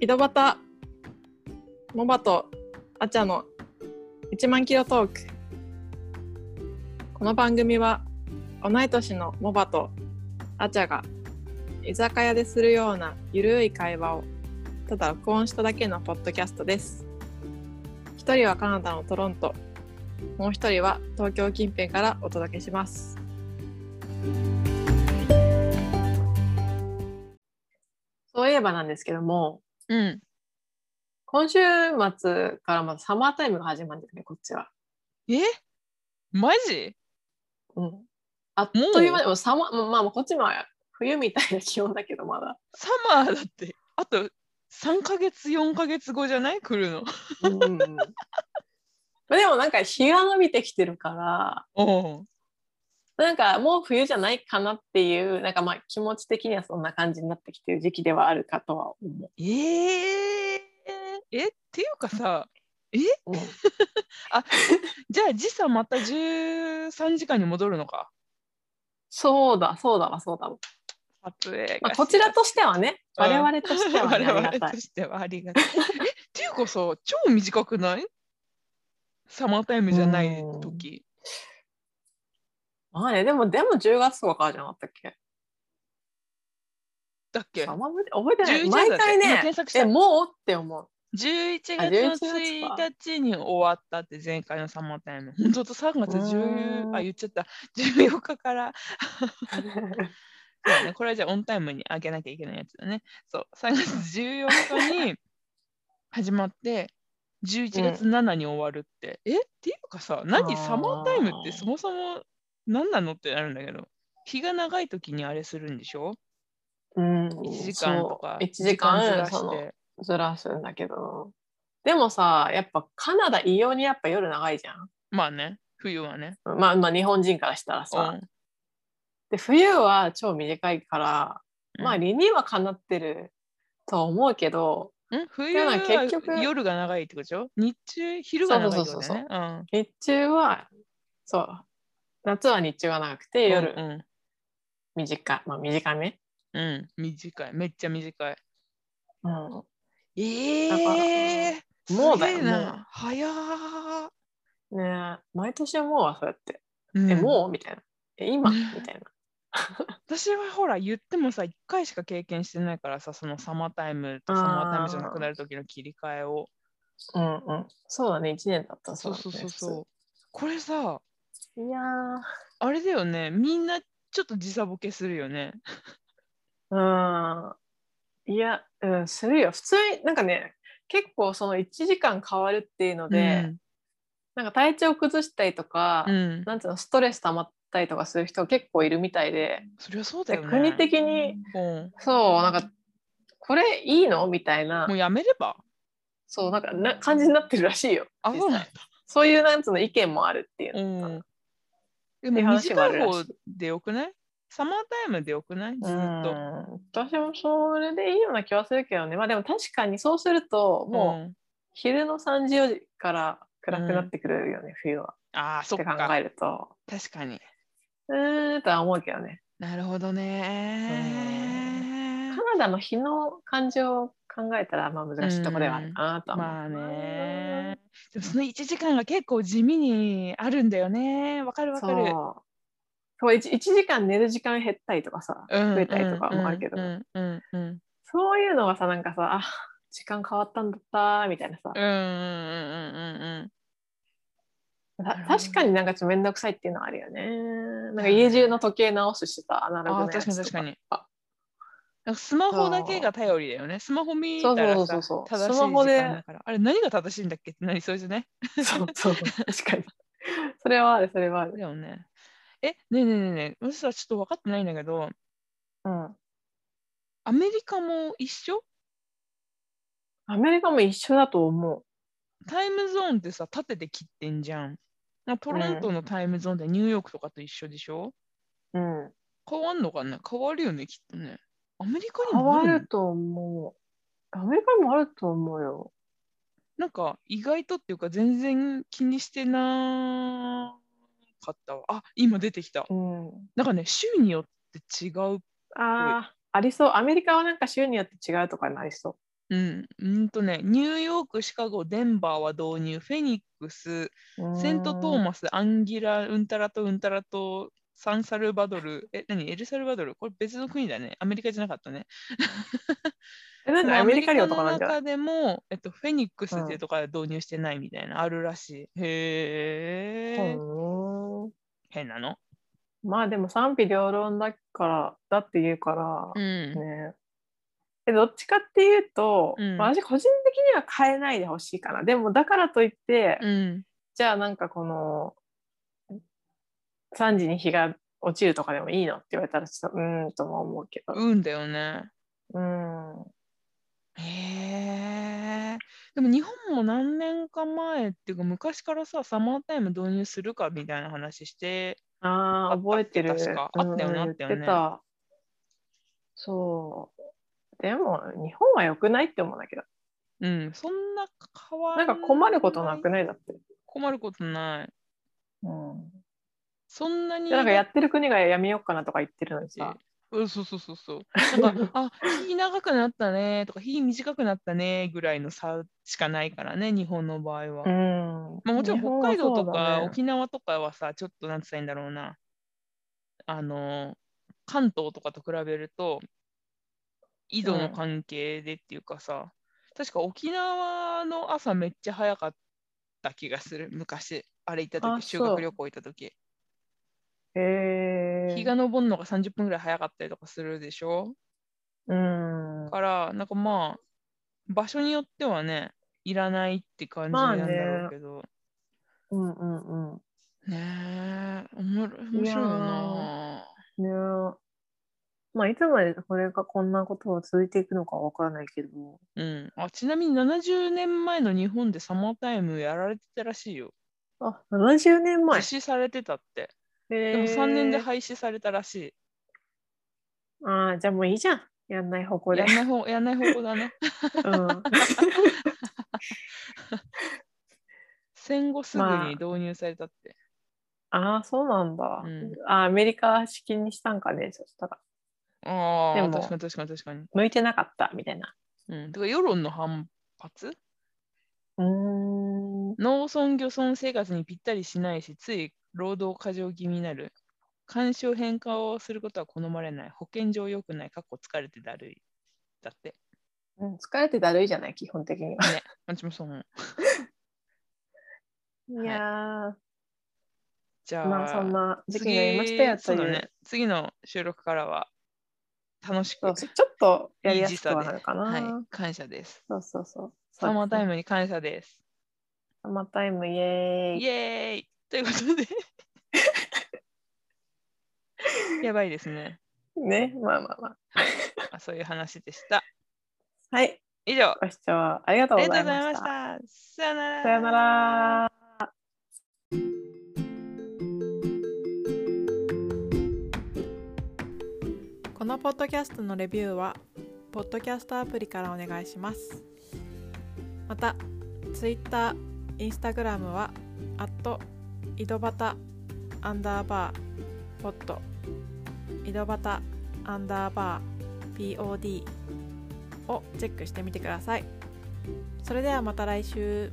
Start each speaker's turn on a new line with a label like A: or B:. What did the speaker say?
A: 井戸端モバとアチャの1万キロトークこの番組は同い年のモバとアチャが居酒屋でするようなゆるい会話をただ録音しただけのポッドキャストです一人はカナダのトロントもう一人は東京近辺からお届けしますそういえばなんですけども
B: うん。
A: 今週末からまたサマータイムが始まるんですね、こっちは。
B: えマジ
A: うん。あっという間でもうサマ、まあ、まあこっちも冬みたいな気温だけど、まだ。
B: サマーだって、あと3ヶ月、4ヶ月後じゃない来るの。
A: うんうんうん、まあ でもなんか日が伸びてきてるから、
B: お
A: なんかもう冬じゃないかなっていう、なんかまあ気持ち的にはそんな感じになってきてる時期ではあるかとは思
B: えー、え、っていうかさ、
A: う。うん
B: あじゃあ時差また13時間に戻るのか。
A: そうだ、そうだわ、そうだわ。
B: 撮影
A: ま
B: が
A: あ、こちらとしてはね、
B: うん
A: 我々としては、ね、あり
B: 我
A: がた
B: 々
A: い
B: と。してはありがたい。えっていうかさ、超短くないサマータイムじゃない時。
A: まあね、でも、でも10月とかからじゃなかったっけ
B: だっけ
A: あんま覚えてない。
B: 11
A: 毎
B: 月だっけ
A: 回
B: 今
A: ね
B: 検索し、た
A: え、もうって思う。
B: 11月
A: あ
B: の
A: 11月か
B: 1日に終わったって前回のサマータイム。 本当と3月
A: うーん
B: 10あ言っちゃった14日 からそうだねこれはじゃあオンタイムに上げなきゃいけないやつだね。そう3月14日に始まって11月7に終わる って、えっていうかさ何
A: あー
B: サマータイムってそもそも何なのってなるんだけど日が長い時にあれするんでしょ
A: うん、
B: ?1 時間とか
A: そう1時間
B: 時間ずら
A: そ
B: し
A: の
B: て。
A: ずらすんだけどでもさやっぱカナダ異様にやっぱ夜長いじゃ
B: まあね冬はね。
A: んまあまあ日本人からしたらさ、
B: う
A: で冬は超短いから
B: ん
A: まあ理にはかなってるとは思うけど
B: ん冬
A: いうのは
B: は
A: 結局
B: 夜が長いってことでしょ日中昼が長いってことだ
A: そうそう
B: よね。うん
A: 日中はそう夏は日中が長くて
B: う
A: 夜
B: ん
A: 短い、まあ短め、
B: うん、うん短いめっちゃ短い。
A: うん、
B: え
A: え
B: ー、
A: もう
B: す
A: だ
B: げえ
A: よ
B: な早ー、
A: ねえ毎年思うわそうやって
B: うん
A: えもうみたいなえ今み
B: ね
A: たいな
B: 私はほら言ってもさ1回しか経験してないからさそのサマータイムとサマータイムじゃなくなる時の切り替えを
A: うんうんそうだね1年だったら
B: そうそうそう
A: う
B: そうこれさ
A: だねいやー
B: あれだよねみんなちょっと時差ボケするよね
A: うんいや、うん、するよ。普通に、なんかね、結構その1時間変わるっていうので、なんか体調崩したりとか、
B: うん、うん、
A: なんていうの、ストレス溜まったりとかする人結構いるみたいで、
B: そりゃそうだよね
A: 国的に、
B: うん、
A: そう、なんか、これいいのみたいな
B: もう、やめれば
A: そう、なんかな感じになってるらしいよ。
B: あそうなんだ
A: そういう、なんつうの、意見もあるっていう
B: う
A: の。
B: ん。で
A: て
B: も
A: 話もある
B: 短い
A: らしい
B: 方でよくないサマータイムでよくないず
A: う
B: ーっと。
A: ん私もそれでいいような気はするけどねまあでも確かにそうするともう
B: うん
A: 昼の3時4時から暗くなってくるよね、冬は。
B: ああ、そ
A: っ
B: ってか。
A: 考えると
B: 確かに。
A: うーんとは思うけどね
B: なるほどね
A: カ。ナダの日の感じを考えたらまあ難しいところではあるかなとは思う、
B: まあね。でもその1時間が結構地味にあるんだよね。わかるわ
A: そ
B: か
A: う
B: る。
A: そう 1, 時間寝る時間減ったりとかさ、
B: うん
A: 増えたりとかもあるけど、
B: うんうんうんうん
A: そういうのがさなんかさあ時間変わったんだったーみたいなさ
B: うんうんうんうん
A: た
B: うんなるほど
A: 確かになんかちょっと面倒くさいっていうのはあるよねなんか家中の時計直すしさアナロ
B: あ
A: グのや
B: あ確か
A: つ
B: に
A: と
B: 確
A: か
B: かに。なんかスマホだけが頼りだよね。スマホ見たら
A: そう
B: さ
A: そうそうそう
B: 正しい
A: スマホ
B: 時
A: で
B: 間だから。あれ何が正しいんだっけってなりそうですね。
A: そうそう確かにそれはあるそれはある
B: だよね。え、ねえねえねえねえ、私はちょっと分かってないんだけど、
A: うん
B: アメリカも一緒
A: アメリカも一緒だと思
B: タイムゾーンってさ、縦で切ってんじゃん。なトロントのタイムゾーンってニューヨークとかと一緒でしょ、
A: う。うん。
B: 変わんのかな変わるよね、きっとね。アメリカに
A: 変
B: も
A: わ
B: あ
A: ると思う。アメリカにもあると思うよ。
B: なんか意外とっていうか、全然気にしてなかったわ。あ、今出てきた
A: う。ん。
B: なんかね、州によって違う。
A: ああ、ありそう。アメリカはなんか州によって違うとかになりそ
B: うん、うんとね、ニューヨーク、シカゴ、デンバーは導入、フェニックス、セント・トーマス、アンギラ、ウンタラとウンタラと、サンサルバドル、え、何エルサルバドルこれ別の国だね。アメリカじゃなかったね。
A: えなん
B: で
A: か
B: も
A: アメリカ領とかなんじゃ
B: ア
A: ない
B: メリカの中でも、えっと、フェニックス
A: うん
B: っていうところは導入してないみたいな、あるらしい。へえ、
A: うん
B: 変なの。
A: まあでも賛否両論だからだって言うから
B: う、ん。
A: ねえどっちかっていうと、
B: うん
A: まあ、私個人的には変えないでほしいかなでもだからといって、
B: うん。
A: じゃあなんかこの3時に日が落ちるとかでもいいのって言われたらちょっとうーんとも思うけど
B: うんだよね。
A: うん
B: へえ。でも日本も何年か前っていうか、昔からさ、サマータイム導入するかみたいな話して、
A: あ
B: あ
A: あ
B: った
A: 覚えてる
B: 確かあったよね
A: うん
B: あったよ
A: 言
B: ね
A: ってたそうでも日本は良くないって思うんだけど
B: うん、そんな変わ
A: なんか困ることなくないだって、
B: 困ることない。
A: うん、
B: そんなに。
A: でなんかやってる国がやめようかなとか言ってるのにさ
B: うん、そうそうそうそう。なん か、あ、日長くなったねとか、日短くなったねぐらいの差しかないからね、日本の場合は。
A: うん
B: まあ、もちろん
A: 日本
B: 北
A: は
B: 海道と
A: そうだ
B: か
A: ね
B: 沖縄とかはさ、ちょっとなんて言ったらいいんだろうな。あの、関東とかと比べると、緯度の
A: うん
B: 関係でっていうかさ、確か沖縄の朝めっちゃ早かった気がする、昔。あれ行った
A: あ
B: 時、修
A: そ
B: 学
A: う
B: 旅行行った時。
A: へえ
B: 日が昇るのが30分ぐらい早かったりとかするでしょ
A: うん
B: から、なんかまあ、場所によってはね、いらないって感じ
A: まあ
B: なん
A: ね
B: だろうけど。
A: うんうんうん
B: ねえ、おもろ面白いよな。
A: ねえまあいつまでこれがこんなことが続いていくのかわからないけど
B: うん、あちなみに70年前の日本でサマータイムやられてたらしいよ。
A: あ70年前
B: 実施されてたって。で
A: で
B: も3年で廃止されたらしい。
A: ああじゃあもういいじゃんやんない方向で
B: やんない方やんない方向 だね。
A: うん
B: 戦後すぐ
A: まあ
B: に導入されたって。
A: ああそうなんだ、
B: うん
A: あアメリカ式にしたんかねそしたら
B: あ
A: で
B: あ、
A: も
B: 確かに確かに確かに。
A: 向いてなかったみたいな
B: うん、てか世論の反発
A: うーん
B: 農村漁村生活にぴったりしないし、つい労働過剰気味になる。干渉変化をすることは好まれない。保健上良くない。かっこ疲れてだるい。だって。
A: うん疲れてだるいじゃない基本的には
B: 私もそう思う。
A: いやー
B: じゃあ、
A: まあそんな時期になりましたよ
B: 次そ
A: と
B: う
A: い
B: だ
A: う
B: ね。次の収録からは楽しく
A: そうそうちょっとやりやすくはなるかな
B: はい、感謝です。
A: そうそうそう
B: サマータイ
A: ム
B: ムに感謝です。
A: サマータイムイエーイ
B: イエーイというこ とで。やばいですね。
A: ねまあまあまあ
B: あそういう話でした。
A: はい
B: 以上、
A: ご視聴ありがとう
B: あ
A: ご
B: りが
A: ざ
B: と
A: いう
B: ご
A: ま
B: ざいま
A: し。
B: したた。さよなら。
A: さよなら。
C: このポッドキャストのレビューはポッドキャストアプリからお願いしますまた Twitter、Instagram は井戸端アンダーバーポッド井戸端アンダーバー POD をチェックしてみてくださいそれではまた来週